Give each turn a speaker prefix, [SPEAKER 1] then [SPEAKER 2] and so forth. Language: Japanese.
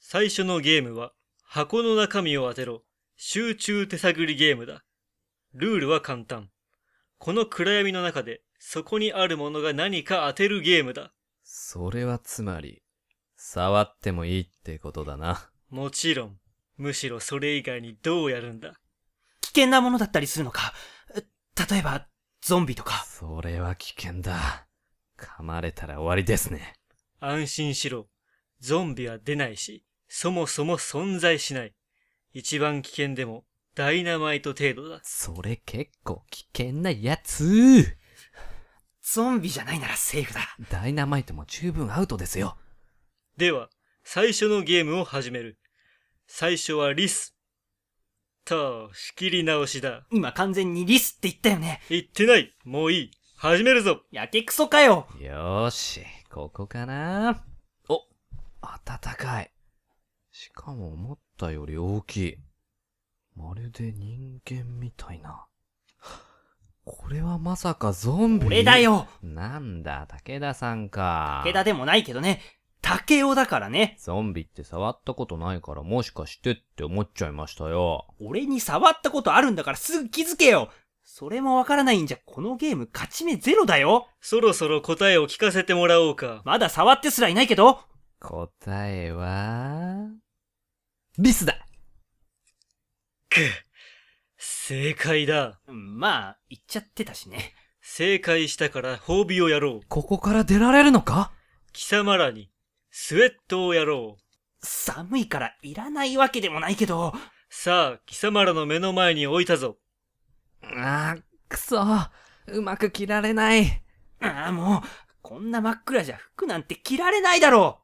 [SPEAKER 1] 最初のゲームは、箱の中身を当てろ、集中手探りゲームだ。ルールは簡単。この暗闇の中で、そこにあるものが何か当てるゲームだ。
[SPEAKER 2] それはつまり、触ってもいいってことだな。
[SPEAKER 1] もちろん、むしろそれ以外にどうやるんだ。
[SPEAKER 3] 危険なものだったりするのか。え例えば、ゾンビとか。
[SPEAKER 2] それは危険だ。噛まれたら終わりですね。
[SPEAKER 1] 安心しろ。ゾンビは出ないし、そもそも存在しない。一番危険でも、ダイナマイト程度だ。
[SPEAKER 2] それ結構危険なやつ。
[SPEAKER 3] ゾンビじゃないならセーフだ。
[SPEAKER 2] ダイナマイトも十分アウトですよ。
[SPEAKER 1] では、最初のゲームを始める。最初はリス。と、仕切り直しだ。
[SPEAKER 3] 今完全にリスって言ったよね。
[SPEAKER 1] 言ってないもういい始めるぞ
[SPEAKER 3] やけくそかよ。
[SPEAKER 2] よーし、ここかな。お、暖かい。しかも思ったより大きい。まるで人間みたいな。これはまさかゾンビ
[SPEAKER 3] 俺だ。よ。
[SPEAKER 2] なんだ、武田さんか。
[SPEAKER 3] 武田でもないけどね。竹雄だからね。
[SPEAKER 2] ゾンビって触ったことないからもしかしてって思っちゃいましたよ。
[SPEAKER 3] 俺に触ったことあるんだからすぐ気づけよ。それもわからないんじゃ、このゲーム勝ち目ゼロだよ。
[SPEAKER 1] そろそろ答えを聞かせてもらおうか。
[SPEAKER 3] まだ触ってすらいないけど。
[SPEAKER 2] 答えは、リスだ
[SPEAKER 1] くっ正解だ。
[SPEAKER 3] うんまあ、言っちゃってたしね。
[SPEAKER 1] 正解したから褒美をやろう。
[SPEAKER 2] ここから出られるのか
[SPEAKER 1] 貴様らに、スウェットをやろう。
[SPEAKER 3] 寒いからいらないわけでもないけど。
[SPEAKER 1] さあ、貴様らの目の前に置いたぞ。
[SPEAKER 2] あー、くそうまく着られない。
[SPEAKER 3] ああ、もう、こんな真っ暗じゃ服なんて着られないだろ